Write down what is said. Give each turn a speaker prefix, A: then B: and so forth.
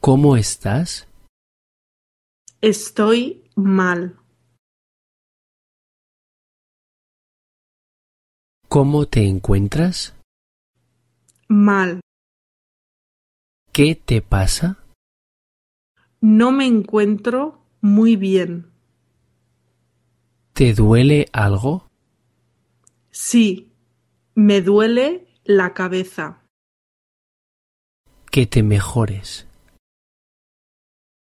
A: ¿Cómo estás?
B: Estoy mal.
A: ¿Cómo te encuentras?
B: Mal.
A: ¿Qué te pasa?
B: No me encuentro muy bien.
A: ¿Te duele algo?
B: Sí. Me duele la cabeza.
A: Que te mejores.